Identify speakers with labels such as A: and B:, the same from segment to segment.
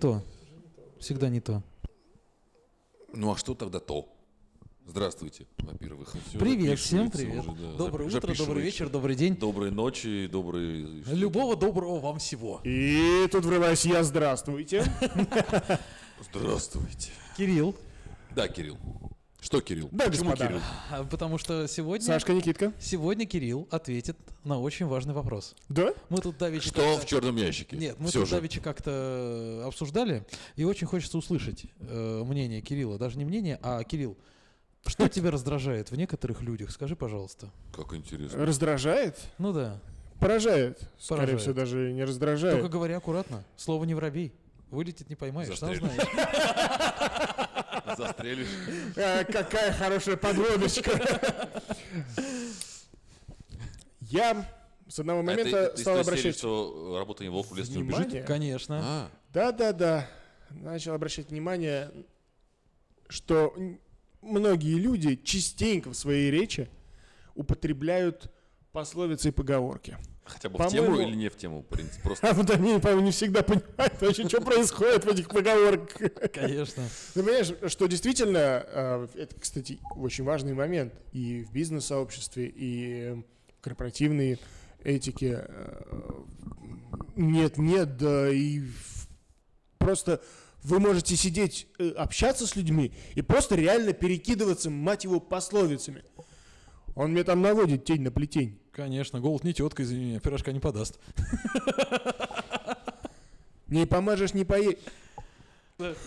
A: то. Всегда не то.
B: Ну а что тогда то? Здравствуйте, во-первых.
C: Всё
A: Привет, всем привет.
C: записывается уже, да.
A: Доброе утро, добрый
B: Записывается.
A: вечер, добрый день.
B: Доброй ночи, добрый...
A: Любого доброго вам всего.
D: И тут врываюсь я, здравствуйте.
B: Здравствуйте.
A: Кирилл,
B: Да, Кирилл. Что, Кирилл?
D: Да,
B: Почему
D: господа.
B: Кирилл?
A: а, потому что сегодня...
D: Сашка Никитка.
A: Сегодня Кирилл ответит на очень важный вопрос.
D: Да?
A: Мы тут давеча...
B: Что в черном ящике?
A: Нет, мы
B: Все
A: тут
B: же.
A: давеча как-то э, обсуждали, и очень хочется услышать э, мнение Кирилла. Даже не мнение, а Кирилл, что тебя раздражает в некоторых людях? Скажи, пожалуйста.
B: Как интересно.
D: Раздражает?
A: Ну да.
D: Поражает. Скорее
A: Поражает.
D: всего, даже не
A: Только
D: раздражает.
A: говори аккуратно. Слово не воробей. Вылетит, не поймаешь, сам
B: Застрелишь.
A: знаешь.
B: Застрелишь?
D: А, какая хорошая подводочка. Я с одного
B: А это-
D: момента
B: это из
D: стал
B: той серии,
D: обращать
B: что работа не волк в лес не убежит?
D: внимание.
A: Конечно.
B: А,
D: Да-да-да. Начал обращать внимание, что н- многие люди частенько в своей речи употребляют пословицы и поговорки.
B: хотя бы в
D: По-моему-
B: тему или не в тему, в принципе, просто.
D: А вот они, по-моему, не всегда понимают вообще, что происходит в этих поговорках.
A: Конечно.
D: Ты Ну, понимаешь, что действительно, э, это, кстати, очень важный момент и в бизнес-сообществе, и в корпоративной этике. э, Нет-нет, да и в- просто вы можете сидеть, э, общаться с людьми и просто реально перекидываться, мать его, пословицами. Он мне там наводит тень на плетень.
A: Конечно. Голод не тетка, извини меня, пирожка не подаст.
D: Не помажешь, не поедешь.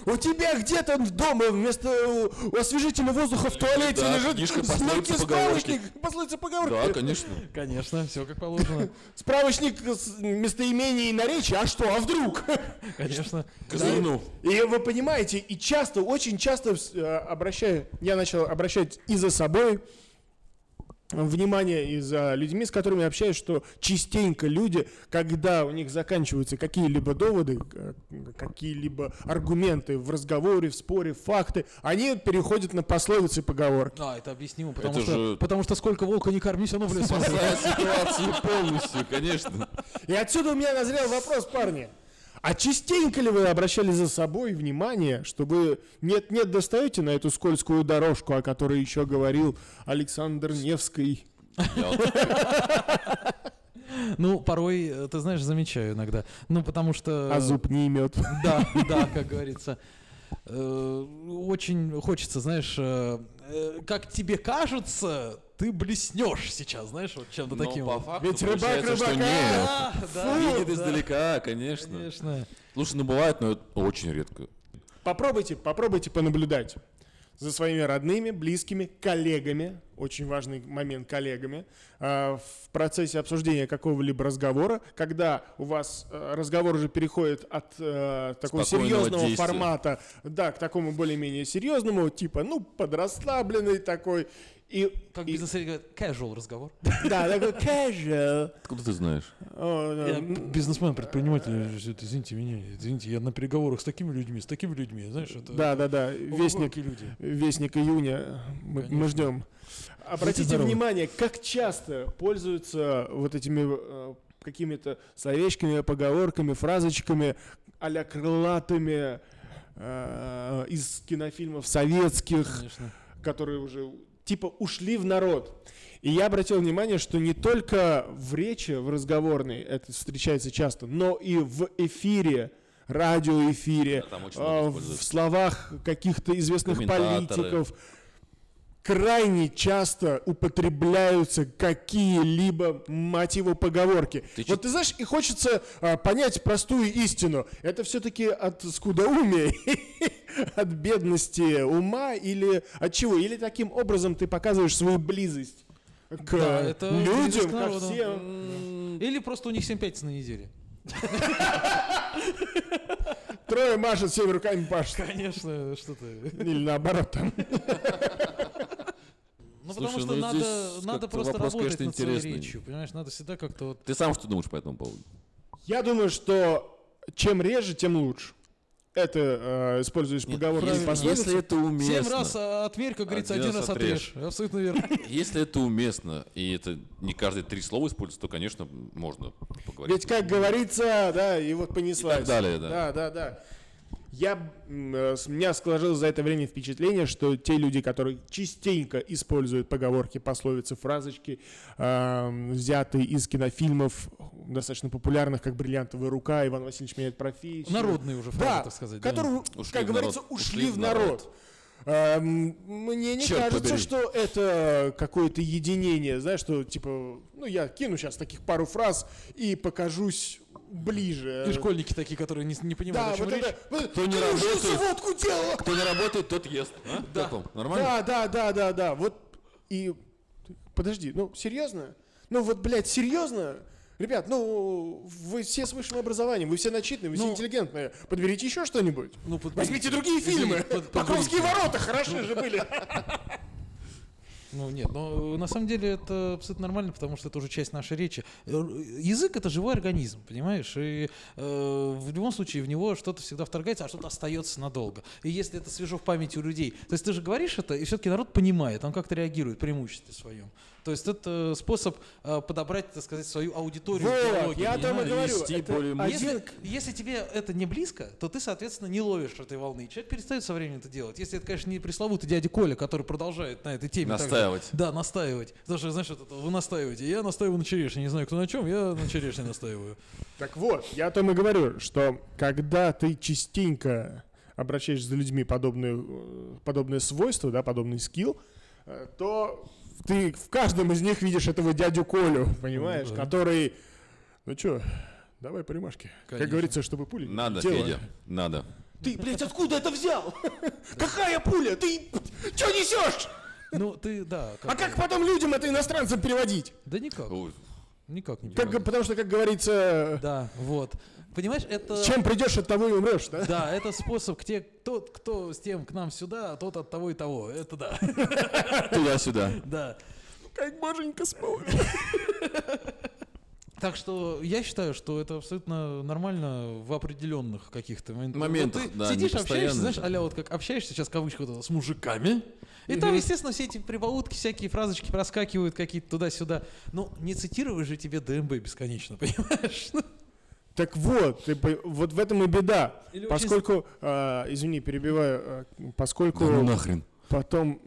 D: У тебя где-то дома вместо э, освежителя воздуха в туалете
B: Да,
D: лежит
B: книжка
D: сладкий
B: пословицы
D: справочник. Пословица поговорки.
B: Да, конечно.
A: Конечно, все как положено.
D: Справочник с местоимений и наречий. А что, а вдруг?
A: Конечно.
B: Казану.
D: И вы понимаете, и часто, очень часто э, обращаю, я начал обращать и за собой э, внимание, и за людьми, с которыми общаюсь, что частенько люди, когда у них заканчиваются какие-либо доводы, э, какие-либо аргументы в разговоре, в споре, факты, они переходят на пословицы и поговорки.
A: А, это объяснимо, потому,
B: Это
A: что,
B: же-
A: потому что сколько волка не кормись, оно в лес не
B: Спасая ситуацию полностью, конечно.
D: И отсюда у меня назрел вопрос, парни. А частенько ли вы обращали за собой внимание, что вы нет-нет достаете на эту скользкую дорожку, о которой еще говорил Александр Невский?
B: Я вот
A: Ну, порой, э, ты знаешь, замечаю иногда. Ну, потому что...
D: А зуб не имет.
A: Да, да, как говорится. Э, Очень хочется, знаешь, э, э, как тебе кажется, ты блеснешь сейчас, знаешь, вот чем-то
B: Но
A: таким.
B: Ну, по
A: вот.
B: факту
D: Ведь рыбак
B: получается, что
D: рыбака.
B: нет.
A: Да, да,
D: Ну,
B: Видит
A: да,
B: издалека, конечно.
A: Конечно.
B: Слушай, ну бывает, но это очень редко.
D: Попробуйте, попробуйте понаблюдать за своими родными, близкими, коллегами, очень важный момент коллегами, а, в процессе обсуждения какого-либо разговора, когда у вас э, разговор уже переходит от э, такого
B: Спокойного
D: серьезного
B: действия.
D: формата, да, к такому более-менее серьезному, типа, ну, подрасслабленный такой, и...
A: Как
D: и-
A: бизнес говорит, casual разговор.
D: Да, такой casual. Э,
B: Откуда ты знаешь?
D: О, да,
A: Я
D: м,
A: бизнесмен, предприниматель, я же, это, извините меня, извините, я на переговорах с такими людьми, с такими людьми, знаешь, это...
D: Да, да, да, вестник
A: глубокие люди.
D: Вестник июня. Мы, мы
A: Конечно.
D: ждем. Обратите
A: здоровы.
D: внимание, как часто пользуются вот этими э, какими-то словечками, поговорками, фразочками, а-ля крылатыми э, из кинофильмов советских,
A: Конечно.
D: которые уже типа ушли в народ. И я обратил внимание, что не только в речи, в разговорной это встречается часто, но и в эфире, радиоэфире,
B: Да, там очень много
D: а, в
B: используется.
D: словах каких-то известных
B: Комментаторы.
D: политиков крайне часто употребляются какие-либо, мать его, поговорки.
B: Ты чё-
D: вот ты знаешь, и хочется а, понять простую истину. Это все-таки от скудоумия, от бедности ума или от чего? Или таким образом ты показываешь свою близость к
A: Да, это близость
D: людям,
A: к
D: ко
A: народу.
D: всем.
A: Или просто у них 7 пятниц на неделе.
D: Трое машет, всеми руками пашет.
A: Конечно, что ты...
D: Или наоборот там.
A: Ну,
B: Слушай,
A: потому что
B: ну,
A: надо,
B: здесь
A: надо
B: как-то
A: просто
B: вопрос,
A: работать
B: конечно,
A: над своей
B: интересный.
A: речью, понимаешь, надо всегда как-то вот...
B: Ты сам что думаешь по этому поводу?
D: Я думаю, что чем реже, тем лучше. Это э, используешь поговорку и
B: Если-
D: пословицу.
B: Если это
A: Семь
B: уместно,
A: раз а, отмерь, как говорится,
B: Один
A: один раз
B: раз
A: отрежь. Абсолютно верно.
B: если это уместно, и это не каждые три слова используется, то, конечно, можно поговорить.
D: Ведь, как говорится, да, и вот
B: И
D: понеслась.
B: так далее, да.
D: Да, да, да. Я, м, э, с меня сложилось за это время впечатление, что те люди, которые частенько используют поговорки, пословицы, фразочки, эм, взятые из кинофильмов, достаточно популярных, как «Бриллиантовая рука», «Иван Васильевич меняет профессию».
A: Народные уже фразы,
D: Да,
A: так сказать. да.
D: которые,
B: Ушли
D: как
B: в народ.
D: говорится, ушли в народ. Эм, Мне не
B: Чёрт
D: кажется,
B: побери.
D: что это какое-то единение, знаешь, что типа, ну я кину сейчас таких пару фраз и покажусь ближе.
A: И школьники такие, которые не, не
D: Да,
A: понимают, о
D: вот
A: чем речь.
D: это. вот,
B: Кто не
D: «Ты уже
B: работает,
D: водку делала!»
B: Кто не работает, тот ест. А? Как вам? Нормально?
D: Да, да, да, да, да. Вот и подожди, ну серьезно? Ну вот, блядь, серьезно? Ребят, ну вы все с высшим образованием, вы все начитанные, вы все
A: Ну.
D: интеллигентные. Подберите еще что-нибудь.
A: Ну, под-
D: Возьмите другие фильмы.
A: Извини, под-
D: Покровские ворота хороши же были.
A: Ну нет, но э, на самом деле это абсолютно нормально, потому что это уже часть нашей речи. Э, Язык это живой организм, понимаешь? И э, в любом случае в него что-то всегда вторгается, а что-то остается надолго. И если это свежо в памяти у людей, то есть ты же говоришь это, и все-таки народ понимает, он как-то реагирует в преимуществе своем. То есть это способ э, подобрать, так сказать, свою аудиторию.
D: Вот,
A: диалоги,
D: я о том и
A: понимаешь?
D: говорю.
C: вести
D: это а
C: более
D: один
B: Типа
A: Если, если тебе это не близко, то ты, соответственно, не ловишь этой волны. И человек перестает со временем это делать. Если это, конечно, не пресловутый дядя Коля, который продолжает на этой теме. так же-
B: Настаивать.
A: да, настаивать. Потому что, знаешь, вот это, вы настаиваете. Я настаиваю на черешне. Не знаю, кто на чем, я на черешне настаиваю.
D: Так вот, я о том и говорю, что когда ты частенько обращаешься за людьми подобную, э, подобное свойство, да, подобный скилл, э, то ты в каждом из них видишь этого дядю Колю, понимаешь,
A: да.
D: который, ну чё, давай по рюмашке. Как
A: Конечно.
D: говорится, чтобы пули не
B: Надо,
D: прилетела.
B: Федя, надо.
D: Ты, блядь, откуда это взял? Какая пуля? Ты чё несешь?
A: Ну, ты, да.
D: А как потом людям это иностранцам переводить?
A: Да никак.
B: Ой,
A: Никак не
D: Как,
A: понимаю.
D: потому что, как говорится,
A: Да, вот. Понимаешь, это...
D: с чем придешь, от того и умрешь, да?
A: Да, это способ к те, тот, кто с тем к нам сюда, а тот от того и того. Это да,
B: Туда-сюда.
A: да.
D: Как боженька спал.
A: Так что я считаю, что это абсолютно нормально в определенных каких-то момент-
B: Моментах,
A: Вот ты
B: да,
A: сидишь,
B: не
A: общаешься,
B: постоянно
A: знаешь,
B: же.
A: а вот как общаешься сейчас, кавычка, вот это, с мужиками, и там, естественно, все эти прибаутки, всякие фразочки проскакивают какие-то туда-сюда. Ну, не цитируешь же тебе ДМБ бесконечно, понимаешь? Ну,
D: Так вот, ты по- вот в этом и беда.
A: Или очень-
D: поскольку, а, извини, перебиваю, а, поскольку
B: Да ну нахрен.
D: потом...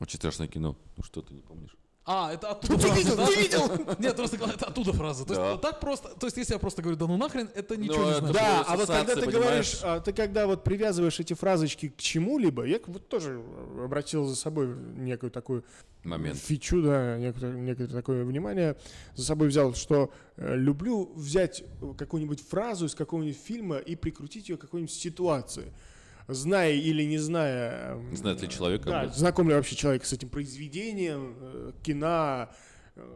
B: Очень страшное кино. Ну что ты не помнишь?
A: А, это оттуда
D: ты
A: фраза,
D: видел,
A: да?
D: ты видел?
A: Нет, просто говорю, это оттуда фраза. То есть
B: Да.
A: вот так просто, то есть если я просто говорю, да ну нахрен, это ничего не
B: это
A: значит.
B: же
D: Да, а вот когда
B: ассоциация,
D: ты
B: понимаешь?
D: говоришь, а, ты когда вот привязываешь эти фразочки к чему-либо, я к- вот тоже обратил за собой некую такую
B: Момент.
D: фичу, да, некоторое, некоторое такое внимание за собой взял, что э, люблю взять э, какую-нибудь фразу из какого-нибудь фильма и прикрутить ее к какой-нибудь ситуации. Зная или не зная... эм,
B: Знает ли человек
D: Да,
B: об этом?
D: знаком ли вообще человек с этим произведением, э, кино, э,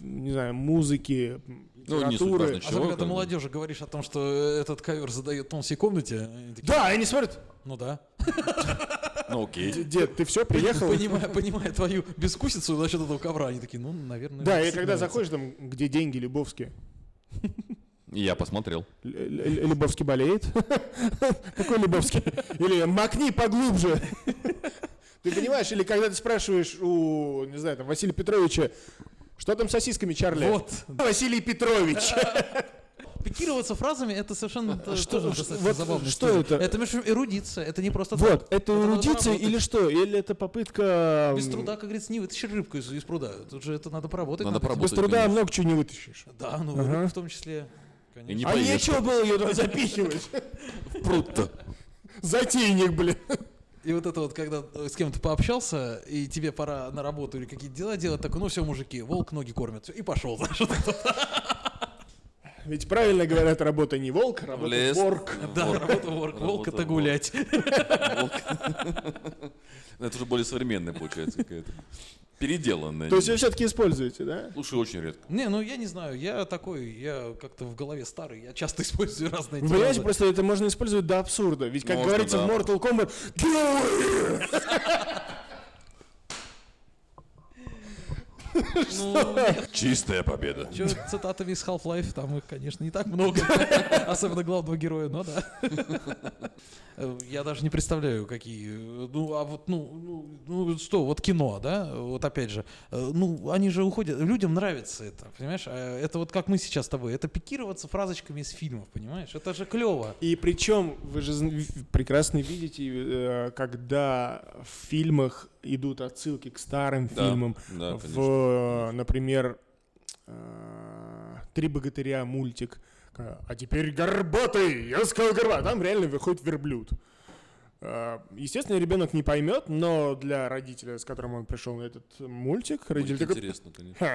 D: не знаю, музыки,
B: Ну, не суть
D: литературы.
B: важно,
A: А
B: чего.
A: то, когда
B: как бы.
A: молодежи говоришь о том, что э, этот ковер задает тон всей комнате, они такие,
D: да, они смотрят,
A: ну да.
B: Ну окей.
D: дед, ты все, приехал?
A: Понимая, понимая твою бескусицу насчет этого ковра, они такие, ну, наверное...
D: Да, и
A: действительно
D: когда
A: нравится».
D: заходишь там, где деньги, Лебовский.
B: Я посмотрел.
D: Л- Л- Лебовский болеет? Какой Лебовский? Или макни поглубже. Ты понимаешь, или когда ты спрашиваешь у, не знаю, там, Василия Петровича, что там с сосисками, Чарли?
A: Вот.
D: Василий Петрович.
A: Пикироваться фразами это совершенно т-
D: что-
A: тоже
D: ш-
A: достаточно
D: вот
A: забавная
D: что
A: история.
D: это?
A: Это, между прочим, эрудиция, это не просто так.
D: Вот, это
A: надо
D: эрудиция
A: работать.
D: или что? Или это попытка...
A: Без
D: м,
A: труда, как говорится, не вытащишь рыбку из, из пруда. Тут же это надо поработать.
B: Надо
A: над этим.
B: поработать.
D: Без труда
B: конечно.
D: много чего не вытащишь.
A: Да, ну,
D: Ага.
A: рыбу в том числе.
B: И не
A: Конечно.
D: а
B: поешь
D: нечего было ее туда запихивать.
B: пруд-то.
D: Затейник, блин.
A: И вот это вот, когда э, с кем-то пообщался, и тебе пора на работу или какие-то дела делать, такой, ну все, мужики, волк ноги кормят. Всё, И пошел, знаешь, вот это.
D: Ведь правильно говорят, работа не волк, работа
B: лес.
D: ворк.
A: Да,
B: Волк.
A: работа волк, волк
B: Работа
A: это
B: волк.
A: гулять.
B: Волк. Это уже более современная получается какая-то. Переделанная.
D: То есть вы все-таки используете, да?
B: Слушай, очень редко.
A: Не, ну я не знаю, я такой, я как-то в голове старый, я часто использую разные
D: Вы
A: эти
D: понимаете,
A: фразы.
D: просто это можно использовать до абсурда. Ведь, как
B: типа. Можно,
D: говорится,
B: да.
D: в Mortal Kombat... «Герои!»
A: Ну, нет,
B: Чистая победа.
A: чё, цитатами из Half-Life, там их, конечно, не так много, особенно главного героя, но да. Э, Я даже не представляю, какие. э, Ну, а вот, ну, ну, ну, что, вот кино, да, вот опять же, э, ну, они же уходят, людям нравится это, понимаешь? А Это вот как мы сейчас с тобой, это пикироваться фразочками из фильмов, понимаешь? Это же клево.
D: И причем вы же зн- в- прекрасно видите, э, когда в фильмах идут отсылки к старым
B: Да,
D: фильмам.
B: Да, конечно.
D: в, э, например, э, Три богатыря мультик. Э, А теперь горбатый! Я сказал горба. Там реально выходит верблюд. Э, Естественно, ребенок не поймет, но для родителя, с которым он пришел на этот мультик, родитель
B: Будет
D: такой,
B: Интересно, конечно.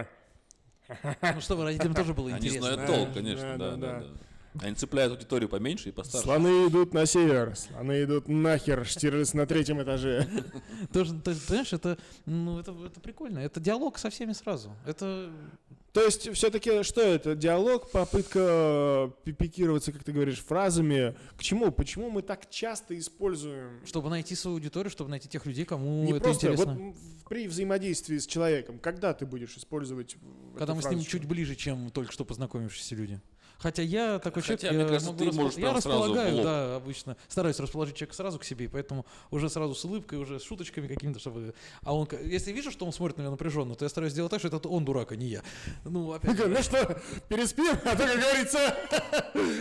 D: «Ха,
A: Ну, чтобы родителям тоже было
B: Они
A: интересно.
B: знают
D: Да,
B: толк, конечно,
D: да,
B: да,
D: да,
B: да, да. Они цепляют аудиторию поменьше и постарше.
D: слоны идут на север, слоны идут нахер, Штирлиц на третьем этаже.
A: Тоже, ты понимаешь, это, ну, это, это прикольно. Это диалог со всеми сразу. Это
D: То есть все-таки что это? Диалог, попытка э, пикироваться, как ты говоришь, фразами. К чему? Почему мы так часто используем
A: чтобы найти свою аудиторию, чтобы найти тех людей, кому
D: Не
A: Ну, это
D: просто вот
A: интересно.
D: м, в- при взаимодействии с человеком, когда ты будешь использовать в-
A: Когда
D: эту
A: мы с ним
D: фразочку?
A: чуть ближе, чем только что познакомившиеся люди. Хотя я такой
B: Хотя,
A: человек,
B: мне
A: я
B: кажется,
A: могу
B: ты
A: распол-
B: можешь
A: я
B: прям сразу в
A: располагаю,
B: лоб.
A: да, обычно стараюсь расположить человека сразу к себе, и поэтому уже сразу с улыбкой, уже с шуточками какими-то, чтобы. А он, к- если вижу, что он смотрит на меня напряженно, то я стараюсь сделать так, что это он дурак, а не я. Ну опять.
D: Я
A: же,
D: говорю, Ну что, переспим, а то, как говорится...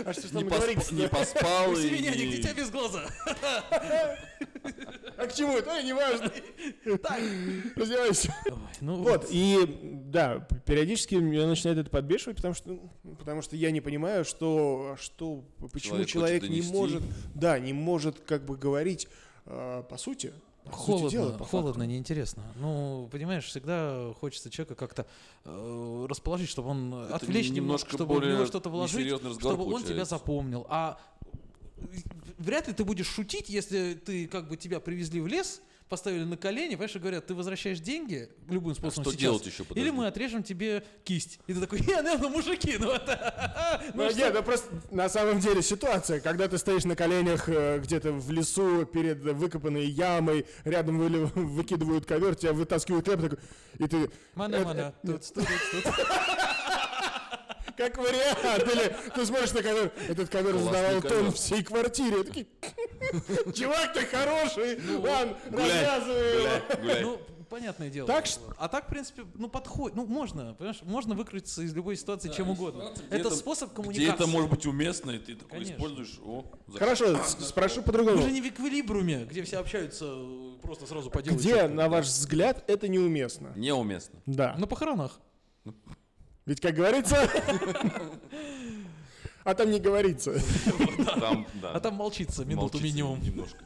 D: А что ж
B: Не,
D: там
B: посп-
D: говорить?
B: не поспал
A: «Вы
B: и...
A: Семеняне, дитя без глаза.
D: А к чему? Да, неважно.
A: Так.
D: Раздевайся.
A: Ой, Ну
D: Вот, и да, периодически меня начинает это подбешивать, потому что, ну, потому что я не понимаю, что, что почему
B: Человек хочет
D: человек, не
B: донести.
D: может, да, не может как бы говорить э, по сути. по сути
A: Холодно,
D: дела, по факту.
A: холодно, неинтересно. Ну, понимаешь, всегда хочется человека как-то э, расположить, чтобы он
B: Это
A: отвлечь немножко,
B: немножко
A: чтобы в него
B: более
A: что-то вложить,
B: несерьезный разговор
A: чтобы он тебя
B: получается.
A: запомнил. А вряд ли ты будешь шутить, если ты как бы тебя привезли в лес, поставили на колени, понимаешь, и говорят, ты возвращаешь деньги любым способом
B: А что
A: сейчас,
B: делать еще, подожди?
A: Или мы отрежем тебе кисть. И ты такой, я, наверное, мужики, ну это... ну
B: А,
D: Ну, нет,
A: что?»
D: ну просто на самом деле ситуация, когда ты стоишь на коленях э, где-то в лесу перед выкопанной ямой, рядом вылив- выкидывают ковер, тебя вытаскивают хлеб, такой, и ты,
A: Мана,
D: это-
A: мана,
D: это-
A: тут, тут, тут.
D: как вариант, или ты смотришь на ковер, этот ковер
B: Классный
D: задавал
B: ковер.
D: тон всей квартире, Я такие, чувак, ты хороший, ладно, развязывай его».
B: Гуляй, гуляй.
A: Ну, понятное дело.
D: Так
A: Вот.
D: что-
A: А так, в принципе, ну, подходит. Ну, можно, понимаешь, можно выкрутиться из любой ситуации чем угодно.
B: Где
A: Это способ
B: Где
A: коммуникации.
B: это может быть уместно, и ты
A: ну,
B: такой
A: Конечно.
B: используешь... О, за-
D: Хорошо, с- спрошу
A: Мы
D: по-другому.
A: же не в эквилибруме, где все общаются э, просто сразу по делу.
D: Где,
A: чё-то.
D: на ваш взгляд, это неуместно?
B: Неуместно.
D: Да.
A: На похоронах.
D: Ведь, как говорится... А там не говорится.
B: Там, да.
A: А там молчится минуту
B: Молчится
A: минимум.
B: Немножко.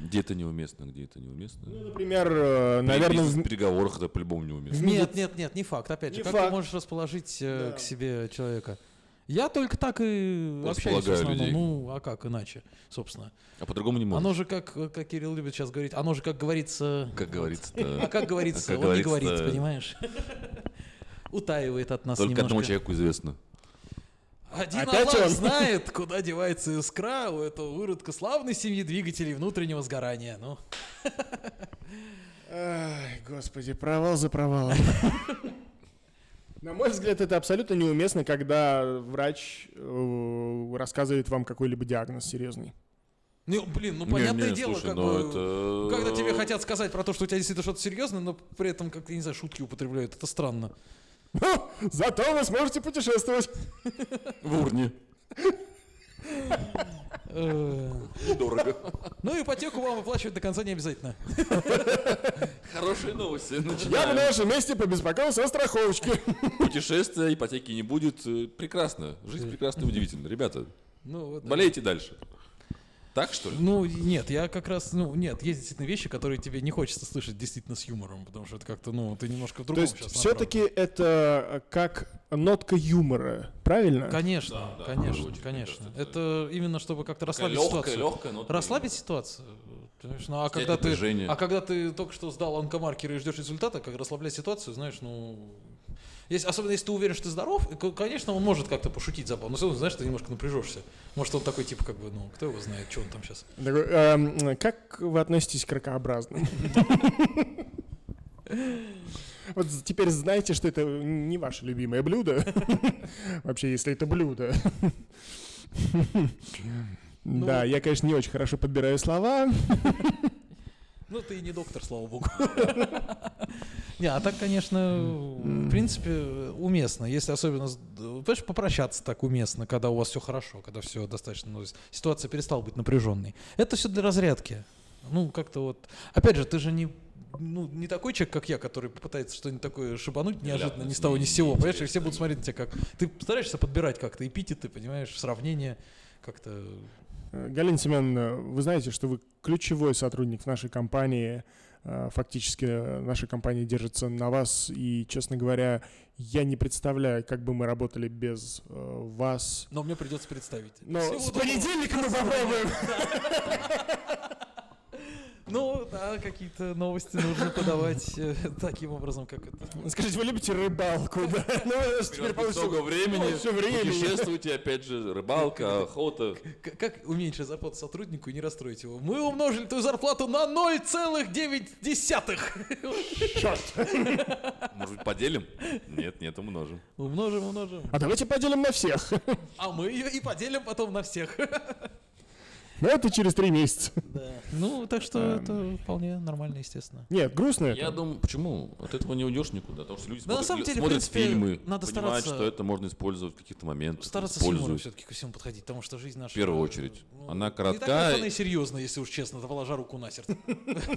B: Где это неуместно, где это неуместно.
D: Например, э, наверное,
B: в
D: в-
B: переговорах это по-любому неуместно.
A: Нет, нет, нет, не факт. Опять же,
D: Не
A: как
D: факт.
A: ты можешь расположить э,
D: Да.
A: к себе человека? Я только так и общаюсь в
B: Располагаю
A: основном.
B: людей.
A: Ну, а как иначе, собственно?
B: А по-другому не можно.
A: Оно же, как, э, как Кирилл любит сейчас говорить, оно же, как говорится...
B: Как говорится,
A: А как говорится,
B: А
A: он
B: как
A: не
B: говорится,
A: говорит,
B: да.
A: понимаешь? Утаивает от нас
B: только одному
A: немножко.
B: человеку известно.
A: Один
D: Опять
A: Аллах
D: он?
A: знает, куда девается искра у этого выродка славной семьи двигателей внутреннего сгорания. Ну,
D: Ай, господи, провал за провалом. На мой взгляд, это абсолютно неуместно, когда врач э, рассказывает вам какой-либо диагноз серьезный.
A: ну блин, ну
B: Не,
A: понятное
B: не,
A: дело,
B: слушай,
A: как
B: ну
A: бы...
B: это- э,
A: Когда тебе хотят сказать про то, что у тебя действительно что-то серьезное, но при этом, как, я не знаю, шутки употребляют, это странно.
D: Ха, Зато вы сможете путешествовать.
B: В урне.
A: Э,
B: Недорого.
A: Ну, ипотеку вам выплачивать до конца не обязательно.
B: Хорошие новости.
D: Я бы на
B: Начинаем.
D: вашем месте побеспокоился о страховочке.
B: Путешествия, ипотеки не будет. Э, Прекрасно. Жизнь прекрасна и удивительна. Ребята,
A: Ну, вот, Э. да.
B: болейте дальше. Так что ли?
A: Ну, нет, я как раз, ну, нет, есть действительно вещи, которые тебе не хочется слышать действительно с юмором, потому что это как-то, ну, ты немножко в
D: То
A: другом
D: есть
A: щас
D: все-таки это э, как нотка юмора, правильно?
A: направлен. Конечно,
B: да,
A: конечно,
B: очень, мне
A: конечно.
B: кажется,
A: это именно чтобы как-то расслабить
B: легкая,
A: ситуацию.
B: легкая, но...
A: Расслабить ситуацию. Понимаешь, ну, а
B: Снять
A: когда ты,
B: напряжение.
A: а когда ты только что сдал онкомаркеры и ждешь результата, как расслаблять ситуацию, знаешь, ну, если- особенно если ты уверен, что ты здоров, и, к- конечно, он может как-то пошутить забавно, но всё равно, знаешь, ты немножко напряжешься. Может, он такой типа, как бы, ну, кто его знает, что он там сейчас.
D: Такой, эм, Как вы относитесь к ракообразным? Вот теперь знаете, что это не ваше любимое блюдо. Вообще, если это блюдо. Да, я, конечно, не очень хорошо подбираю слова.
A: Ну, ты и не доктор, слава богу. Не, а так, конечно, в принципе, уместно. Если особенно, с- понимаешь, попрощаться так уместно, когда у вас все хорошо, когда все достаточно, ну, то есть ситуация перестала быть напряженной. Это все для разрядки. Ну, как-то вот. Опять же, ты же не ну, не такой человек, как я, который попытается что-нибудь такое шибануть неожиданно, ни с того, ни с сего, понимаешь, и все будут смотреть на тебя как... Ты стараешься подбирать как-то эпитеты, понимаешь, сравнение как-то...
D: Э, Галина Семеновна, вы знаете, что вы ключевой сотрудник в нашей компании. Э, Фактически э, наша компания держится на вас. И, честно говоря, я не представляю, как бы мы работали без э, вас.
A: Но мне придется представить.
D: Но
A: Всего
D: с
A: доброго.
D: понедельника мы попробуем.
A: Ну, да, какие-то новости нужно подавать э, таким образом, как это.
D: Скажите, вы любите рыбалку? да? Ну, это ж теперь
B: Берёте
D: получится-
B: много времени,
D: всё время.
B: путешествуйте, опять же, рыбалка, охота.
A: К- Как уменьшить зарплату сотруднику и не расстроить его? Мы умножили твою зарплату на 0,9.
B: Может быть, поделим? Нет, нет, умножим.
A: Умножим, умножим.
D: А давайте поделим на всех.
A: А мы ее и поделим потом на всех.
D: Но Ну, это через три месяца.
A: Ну, так что
B: Эм.
A: это вполне нормально, естественно.
D: Нет, грустно
B: Я
D: это.
B: думаю, почему? От этого не уйдешь никуда, потому что люди
A: Да, на
B: смотрят,
A: самом деле, в
B: смотрят
A: принципе,
B: фильмы,
A: надо
B: понимают,
A: стараться-
B: что это можно использовать в каких-то моментах.
A: Стараться с
B: используют.
A: юмором все-таки ко всему подходить, потому что жизнь наша...
B: В первую очередь.
A: ну,
B: Она
A: Не так
B: коротка.
A: уж она и серьезная, если уж честно, положа руку на сердце.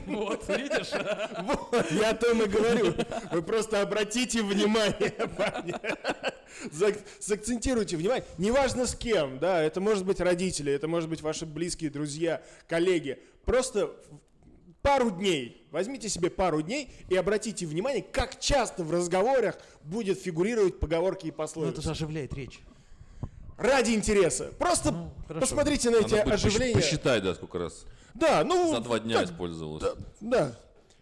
A: Вот, видишь?
D: Я о том и говорю. Вы просто обратите внимание, парни. Зак- Сакцентируйте внимание. Неважно с кем, да, это может быть родители, это может быть ваши близкие, друзья, коллеги. Просто в- пару дней, возьмите себе пару дней и обратите внимание, как часто в разговорах будет фигурировать поговорки и
A: Ну, это
D: пословицы.
A: же оживляет речь.
D: Ради интереса. Просто
A: Ну, хорошо.
D: посмотрите на эти
B: Надо будет посч-
D: оживления.
B: Посчитай, да, сколько раз.
D: Да, ну,
B: За два дня
D: так,
B: использовалось.
D: Да.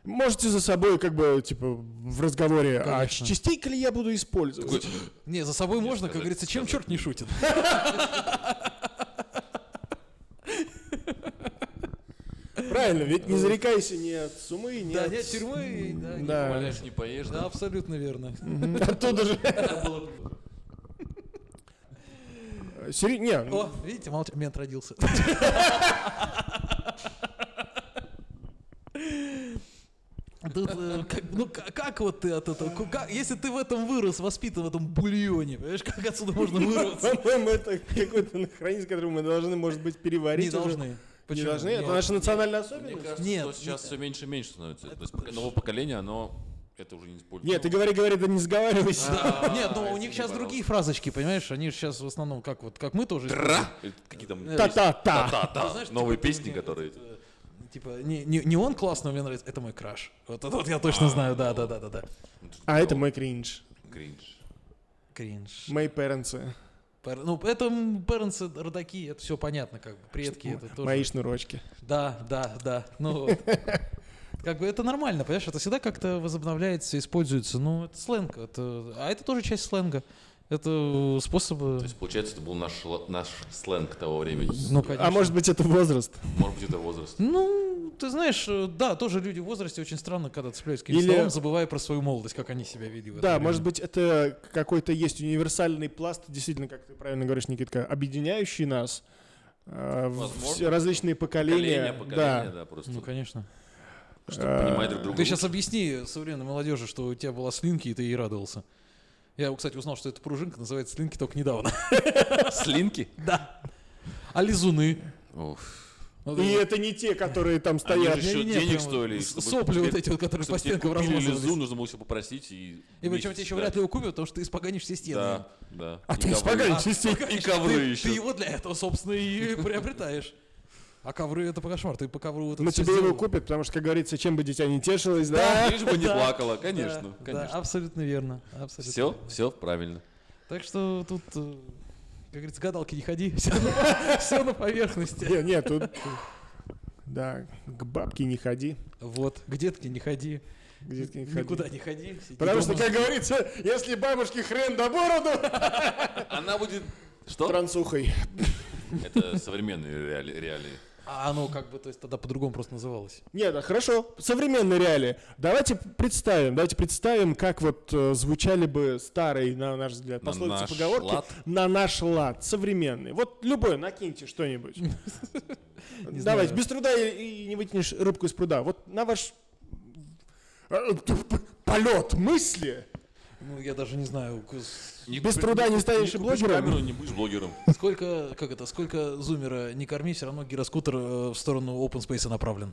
D: Можете за собой, как бы, типа, в разговоре, а
A: Конечно.
D: частенько ли я буду использовать?
A: Не, за собой можно, как
B: сказать-
A: говорится, чем черт не шутит.
D: Правильно, ведь не зарекайся ни от сумы, ни
A: Да,
D: от...
A: нет тюрьмы, да, не-
D: Да.
B: Поешь, не поешь.
A: да, абсолютно верно.
D: Оттуда же. Сери- Не, ну,
A: О, видите, молча, мент родился. Тут, э, как, ну к- как вот ты от этого, ку- как- если ты в этом вырос, воспитан в этом бульоне, понимаешь, как отсюда можно вырваться?
D: по-моему, это какой-то нахронизм, который мы должны, может быть, переварить.
A: Не
D: уже.
A: должны.
D: Не
A: Почему?
D: должны?
A: Нет.
D: Это наша национальная
B: Мне
D: особенность?
B: кажется,
A: Нет,
B: что
A: нет.
B: сейчас все меньше и меньше становится. То есть пока новое поколение, оно это уже не использует. Ну,
D: Нет, ты говори, говори, да не сговаривайся.
A: Да. Нет, ну у
B: извини,
A: них сейчас
B: пожалуйста.
A: другие фразочки, понимаешь, они же сейчас в основном, как вот, как мы тоже. используем.
B: Ра! Или Какие там
A: Э,
B: песни?
D: Та-та-та.
A: Ты
B: Та-та-та.
A: знаешь,
B: Новые
A: типа,
B: песни,
A: мне
B: которые...
A: вот, э, Типа, не, не, не он классно, мне нравится, это мой краш. Вот это вот я точно знаю, да, да, да, да, да.
D: А это мой кринж.
B: Кринж.
A: Кринж.
D: Мои пэренсы.
A: Пар- Ну, это м, паренцы, родаки, это все понятно, как бы. Предки, это тоже.
D: Мои шнурочки.
A: Да, да, да. Ну вот. Как бы это нормально, понимаешь, это всегда как-то возобновляется, используется. Ну, это сленг, это... а это тоже часть сленга. Это э, способы.
B: То есть, получается, это был наш, шла- наш сленг того времени.
A: Ну, конечно.
D: А может быть, это возраст?
B: Может быть, это возраст.
A: Ну, ты знаешь, э, да, тоже люди в возрасте очень странно, когда цепляются к каким-то
D: Или-
A: словам, забывая про свою молодость, как они себя вели. в это
D: Да,
A: время.
D: может быть, это какой-то есть универсальный пласт, действительно, как ты правильно говоришь, Никитка, объединяющий нас. э, в
B: Возможно.
D: все различные
B: поколение,
D: поколения. да.
B: поколение, да, просто.
A: Ну, конечно.
D: Э,
B: Понимать друг друга.
A: Ты сейчас объясни современной молодежи, что у тебя была слинки, и ты ей радовался. Я, кстати, узнал, что эта пружинка называется слинки только недавно.
B: Слинки?
A: Да. А лизуны. Вот
D: И
A: это
D: это не те, которые там
B: Они
D: стоят.
B: же еще
A: Не-не-не,
B: денег
A: прям
B: стоили.
A: с-
B: чтобы
A: сопли
B: тебе-
A: вот эти вот,
D: Ну,
A: которые
B: чтобы
A: по
B: тебе
A: стенкам
B: купили
A: размазывались.
B: лизун, нужно было еще попросить и...
A: И причем
B: месяц,
A: тебе еще
B: да.
A: вряд ли его купят, потому что ты испоганишь все стены.
B: Да, да.
D: А
B: И
D: ты
B: ковры.
D: испоганишь, естественно.
B: И ковры
A: ты,
B: еще.
A: ты его для этого, собственно, и приобретаешь. А ковры это по кошмар. Ты по ковру вот это
B: Ну,
D: Но
A: всё
D: Ну, тебе его
A: сделал.
D: купят, потому что, как говорится, чем бы дитя не тешилось, да?
B: Да, лишь бы не
A: Да,
B: плакала,
A: да,
B: конечно,
A: да,
B: конечно.
A: абсолютно верно. Абсолютно
B: Все,
A: верно.
B: все правильно.
A: Так что тут, э, как говорится, гадалки не ходи, все на поверхности.
D: Нет, нет, тут... Да, к бабке не ходи.
A: Вот, к детке не ходи,
D: к детке не ходи.
A: никуда не ходи. сиди
D: Потому что,
A: дома.
D: как говорится, если бабушке хрен до бороду...
B: Она будет... Что?
D: Трансухой.
B: Это современные реали- реалии.
A: А оно как бы, то есть тогда по-другому просто называлось.
D: Нет, да, хорошо, современные реалии. Давайте представим, давайте представим, как вот э, звучали бы старые, на наш взгляд,
B: На
D: пословицы
B: наш
D: поговорки
B: лад.
D: на наш лад, современные. Вот любой, накиньте что-нибудь.
A: Не
D: Давайте,
A: знаю.
D: без труда и, и не вытянешь рыбку из пруда. Вот на ваш э, п- п- полет мысли.
A: Ну, я даже не знаю, кус-
B: Не
D: Без
B: купи-
D: труда не
B: купи-
D: станешь
B: купишь
D: блогером.
B: камеру, не будешь блогером.
A: сколько, как это, сколько зумера не корми, все равно гироскутер э, в сторону open space направлен.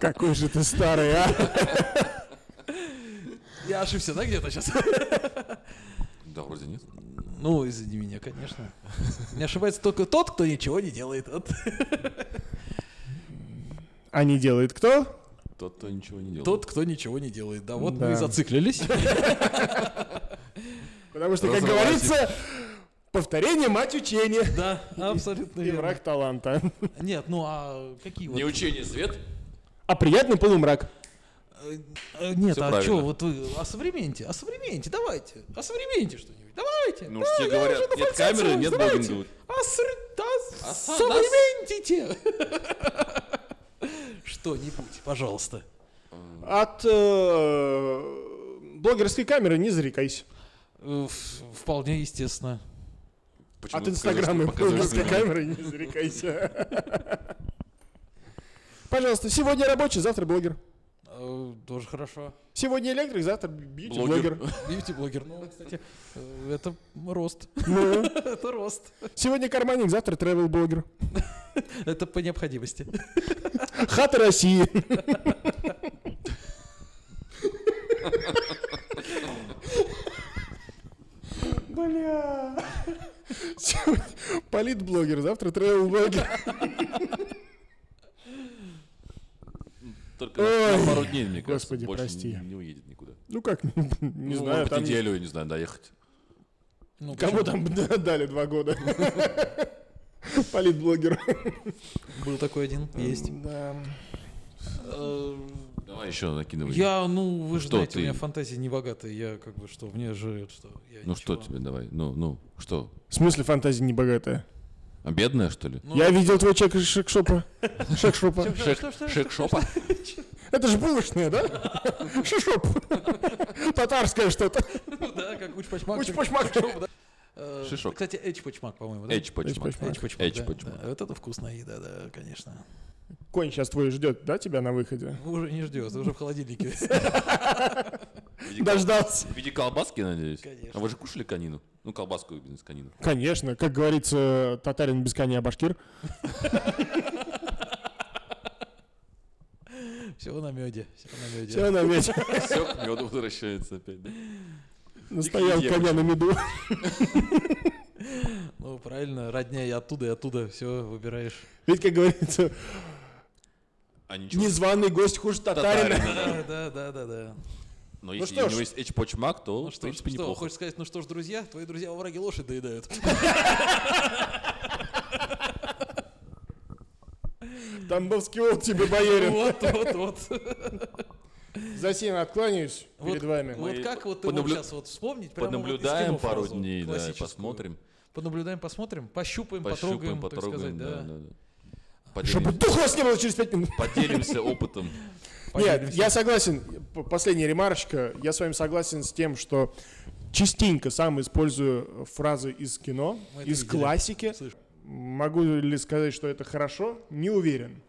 D: Какой же ты старый, а?
A: Я ошибся, да, где-то сейчас?
B: Да, вроде нет.
A: Ну, извини меня, конечно. Не ошибается только тот, кто ничего не делает. Вот.
D: А не делает кто?
B: Тот-то ничего не делал.
A: Тот, кто ничего не делает. Да, вот
D: Да.
A: мы и зациклились.
D: Потому что, как
B: Разрыватель.
D: говорится, повторение мать учения.
A: Да, абсолютно
D: И
A: верно.
D: враг таланта.
A: Нет, ну а какие вот...
B: Не учение свет.
D: А приятный полумрак.
A: Э, э, Нет,
B: Всё
A: а
B: правильно.
A: что, вот вы осовременьте, осовременьте, давайте, осовременьте что-нибудь, давайте.
B: Ну, все говорят,
A: уже на
B: нет
A: фальцет
B: камеры,
A: свой,
B: нет
A: давайте.
B: блогинга.
A: Оср- да,
B: Оса-
A: Современьтите! Что-нибудь, пожалуйста.
D: От э, блогерской камеры не зарекайся.
A: Э, в- Вполне естественно.
B: Почему
D: От
B: ты
D: инстаграма и
B: показываешь- показываешь
D: блогерской
B: камеру?
D: камеры не зарекайся. Пожалуйста, сегодня рабочий, завтра блогер.
A: Э, Тоже хорошо.
D: Сегодня электрик, завтра бьюти-блогер.
B: Блогер.
A: Бьюти-блогер. Ну, кстати, э, это рост.
D: Ну,
A: Это рост.
D: Сегодня карманник, завтра тревел-блогер.
A: Это по необходимости.
D: Хата России. Бля. Сегодня политблогер, завтра тревел-блогер.
B: Только на-
D: Ой.
B: на пару дней, мне кажется.
D: Господи,
B: больше
D: прости.
B: не- Не уедет никуда.
D: Ну как, не
B: Ну,
D: знаю,
B: может быть,
D: там...
B: неделю, я не знаю, доехать.
A: Ну, почему?
D: Кому там дали два года? Политблогер.
A: Был такой один, есть.
D: Да.
B: Эм,
A: Э,
B: Давай еще накидывай.
A: Я, ну, вы же
B: Что
A: знаете, у меня
B: ты?
A: фантазии не богатые. Я как бы что, мне же что. я
B: Ну что
A: ничего.
B: тебе, давай. Ну, ну, что?
D: В смысле фантазия небогатая?
B: А бедная, что ли?
A: Ну,
D: Я видел твой чек из шекшопа. Шекшопа.
A: Что,
B: Шек-
A: что, что,
B: Шекшопа?
D: Это же булочная, да? Шешоп. Татарское что-то.
A: ну да, как Учпачмак.
D: Учпочмак.
A: Э,
B: Шишок.
A: Кстати, Эчпачмак, по-моему, да?
B: Эчпочмак.
D: Эчпочмак.
A: Эчпачмак. да,
B: Эчпачмак.
A: да. Вот это вкусная еда, да, конечно.
D: Конь сейчас твой ждет, да, тебя на выходе?
A: Уже не ждет, уже в холодильнике.
B: В виде кол-
D: Дождался.
B: В виде колбаски, надеюсь?
A: Конечно.
B: А вы же кушали конину? Ну, колбаску из конины.
D: Конечно, как говорится, татарин без коня, а башкир.
A: Всего на меде. Всего на меде.
D: Все на ведь.
B: Все к меду возвращается опять, да?
D: Настоял
B: Нигде
D: коня на меду.
A: Ну, правильно, родня и оттуда, и оттуда все выбираешь.
D: Ведь, как говорится,
B: А ничего.
D: незваный гость хуже татарина.
B: Татарина, да.
A: Да, да, да, да, да.
B: Но если
D: что
B: у
D: ж.
B: него есть эчпочмак, то,
A: Ну
B: Ну, в
A: что, ж,
B: принципе,
A: что,
B: неплохо.
A: хочешь сказать, ну что ж, друзья, твои друзья во враге лошадь доедают.
D: Тамбовский ол тебе боярин.
A: Вот, вот, вот.
D: За сильно откланяюсь
A: Вот-
D: перед вами.
A: Вот
B: Мы
A: как вот его
B: понаблю-
A: сейчас вот вспомнить? прямо вот из
B: Понаблюдаем
A: кино
B: пару
A: фразу
B: дней, да,
A: классическую.
B: посмотрим.
A: Понаблюдаем, посмотрим, пощупаем, потрогаем,
B: Пощупаем,
A: так сказать,
B: потрогаем,
A: да.
B: да, да, да.
D: Чтобы
B: Поделимся-
D: духу вас не было через пять минут.
B: Поделимся опытом.
D: Нет,
A: Поделимся.
D: я согласен. П- Последняя ремарочка. Я с вами согласен с тем, что частенько сам использую фразы из кино,
A: Мы это
D: из
A: видели.
D: классики.
A: Слышь,
D: Могу ли сказать, что это хорошо? Не уверен.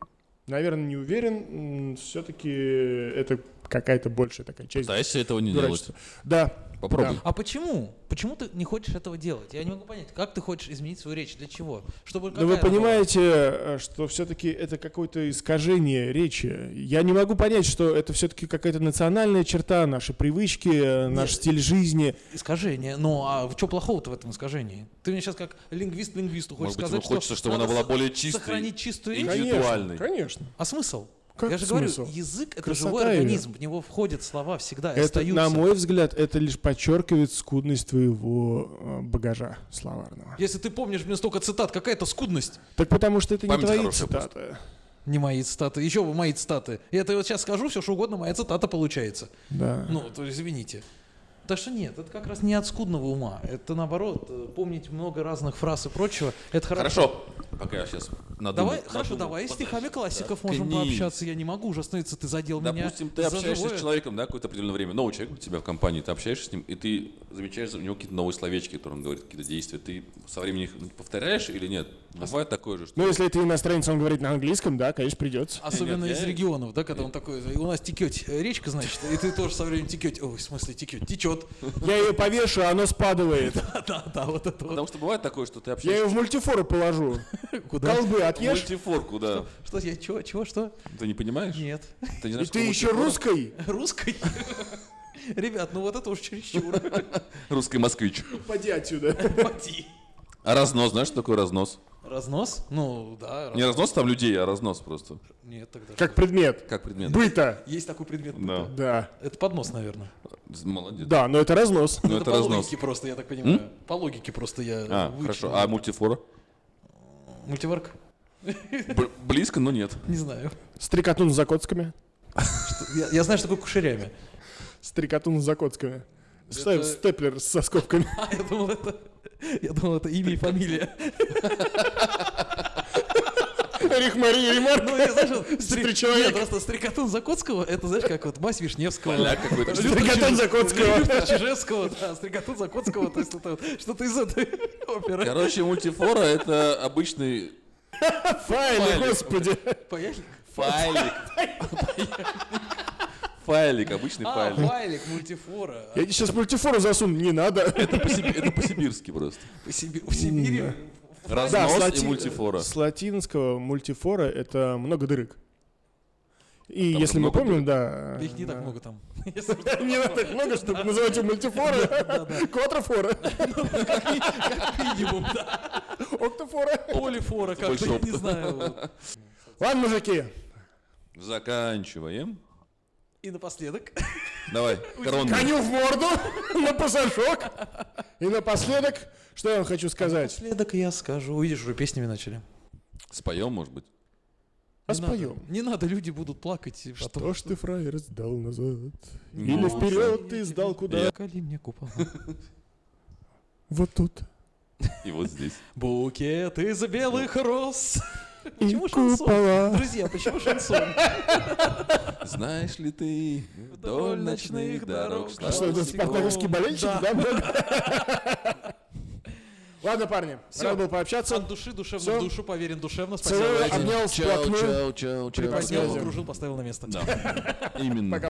D: Наверное, не уверен. Все-таки это какая-то большая такая часть.
B: Пытайся этого не делать.
D: дурачества. Да.
B: Попробуй.
D: Да.
A: А почему? Почему ты не хочешь этого делать? Я не могу понять, как ты хочешь изменить свою речь, для чего? Чтобы Ну,
D: Но
A: какая
D: Ну, вы
A: она была?
D: понимаете, э, что все-таки это какое-то искажение речи. Я не могу понять, что это все-таки какая-то национальная черта, наши привычки, э, наш стиль жизни.
A: искажение. Ну а что плохого-то в этом искажении? Ты мне сейчас как лингвист лингвисту хочешь
B: Может быть,
A: сказать,
B: ему хочется,
A: что
B: чтобы она
A: надо
B: была
A: со-
B: более чистой.
A: сохранить чистую речь?
B: Конечно, Индивидуальный.
D: Конечно.
A: А смысл?
D: Как
A: Я же
D: смысл?
A: говорю, язык это
D: Красота
A: живой
D: её.
A: организм, в него входят слова всегда и
D: Это,
A: остаются.
D: на мой взгляд, это лишь подчеркивает скудность твоего э, багажа словарного.
A: Если ты помнишь мне столько цитат, какая-то скудность.
D: Так потому что это не
B: Память
D: твои
B: хорошая просто.
D: цитаты.
A: Не мои цитаты, еще вы мои цитаты. Я это вот сейчас скажу, все что угодно, моя цитата получается.
D: Да.
A: Ну, то есть, извините. Так что нет, это как раз не от скудного ума. Это наоборот, э, помнить много разных фраз и прочего. Это хорошо.
B: Хорошо, пока я сейчас надумал.
A: Давай, хорошо,
B: надумал.
A: давай, с стихами классиков
B: Да,
A: можем
B: ткни.
A: пообщаться. Я не могу уже остановиться, ты задел
B: Допустим,
A: меня.
B: ты
A: за
B: общаешься
A: живое.
B: с человеком, да, какое-то определенное время, новый человек у тебя в компании, ты общаешься с ним, и ты замечаешь у него какие-то новые словечки, которые он говорит, какие-то действия. Ты со временем их повторяешь или нет? Бывает такое же, что...
D: Ну, если это иностранец, он говорит на английском, да, конечно, придется.
A: Особенно
B: Нет,
A: из
B: я-
A: регионов, да, когда он такой, у нас текет речка, значит, и ты тоже со временем текет. Ой, в смысле текет, течет.
D: Я ее повешу, а оно спадывает.
A: Да, да, вот это вот.
B: Потому что бывает такое, что ты
D: Я
B: общаешься
D: ее в мультифору положу.
A: Куда?
D: Колбы
B: в
D: отъешь,
B: мультифорку, да.
A: Что я, чего, чего, что?
B: Ты не понимаешь?
A: Нет.
B: Ты не
D: и
B: знаешь,
D: ты
B: какой
D: еще
B: мультифорок?
D: русской.
A: Русской? Ребят, ну вот это уж чересчур.
B: Русский москвич.
D: Поди отсюда.
A: Поди.
B: А разнос, знаешь, что такое разнос?
A: Разнос? Ну, да. раз-
B: Не разнос там людей, а разнос просто.
A: Нет, тогда
D: Как
A: что?
D: предмет.
B: Как предмет.
D: Быта.
A: Есть такой предмет.
B: Да.
D: Да.
A: Это поднос, наверное.
B: Молодец.
D: Да, но это разнос.
B: Ну это
A: по
B: разнос.
A: логике просто, я так понимаю. По логике просто я
B: А,
A: вычленил.
B: хорошо. А мультифора?
A: Мультиварка?
B: Б- Близко, но нет.
A: Не знаю.
D: Стрекотун с закотками.
A: Я, я знаю, что такое кушерями.
D: Стрекотун с закотками.
A: Это-
D: Степлер со скобками.
A: А, я думал, это... Я думал, это имя и фамилия.
D: Рихмари,
A: Ну,
D: ремарк.
A: я, знаешь, вот стри-
D: Три человека.
A: Нет, просто стрекотун Закотского, это, знаешь, как вот Мась Вишневского.
B: Поляк какой-то.
A: Лютер
D: Стрекотун
A: Чиж-
D: Закотского.
A: Лютер Чижевского, да, стрекотун Закотского, то есть это вот что-то из этой оперы.
B: Короче, мультифора это обычный
D: Файлы,
B: Файлы.
D: господи.
A: Поехали.
B: файлик. Файлик, обычный
A: А,
B: файлик.
A: файлик, мультифора. А,
D: Я сейчас мультифору засуну, не надо.
B: Это по-сиби- это по-сибирски просто.
A: В Сиби- в Сибири.
D: Да, с
B: Разнос и
D: лати-
B: мультифора.
D: С латинского мультифора это много дырок. И
B: Там
D: если мы
B: много
D: помним, да.
A: да Их не так
D: да.
A: много там. Если что,
D: Не надо так много, чтобы называть его мультифора, квадрофора,
A: как минимум, да.
D: октофора.
A: Полифора, как-то, я не
B: опыта.
A: знаю. вот.
D: Ладно, мужики,
B: Заканчиваем.
A: И напоследок,
B: Давай, коронный.
D: коню в морду, на пасашок. И напоследок, что я вам хочу сказать.
A: напоследок я скажу. Увидишь, уже песнями начали.
B: Споем, может быть.
A: Не надо.
D: Распоем.
A: Не надо, люди будут плакать. и потом-
D: Что А ж ты, фраер, сдал назад? Или
B: Ну,
D: вперед ты сдал куда?
A: Кали мне купола.
D: Вот тут.
B: И вот здесь.
A: Букет из белых роз.
D: И
A: Почему шансон?
D: купола.
A: Друзья, почему шансон?
B: Знаешь ли ты, вдоль ночных дорог
A: А
D: А что, это спартаковские болельщики, да? много? Ладно, парни,
A: Всё.
D: рад был пообщаться.
A: От души, душевно,
D: Всё.
A: в душу, поверен душевно. Спасибо.
D: Целую, обнял, всплакнул.
B: чао, чао,
D: Приподнял,
A: Поднял,
D: Спасибо.
A: погружил, поставил на место.
B: Да, именно.
D: Пока.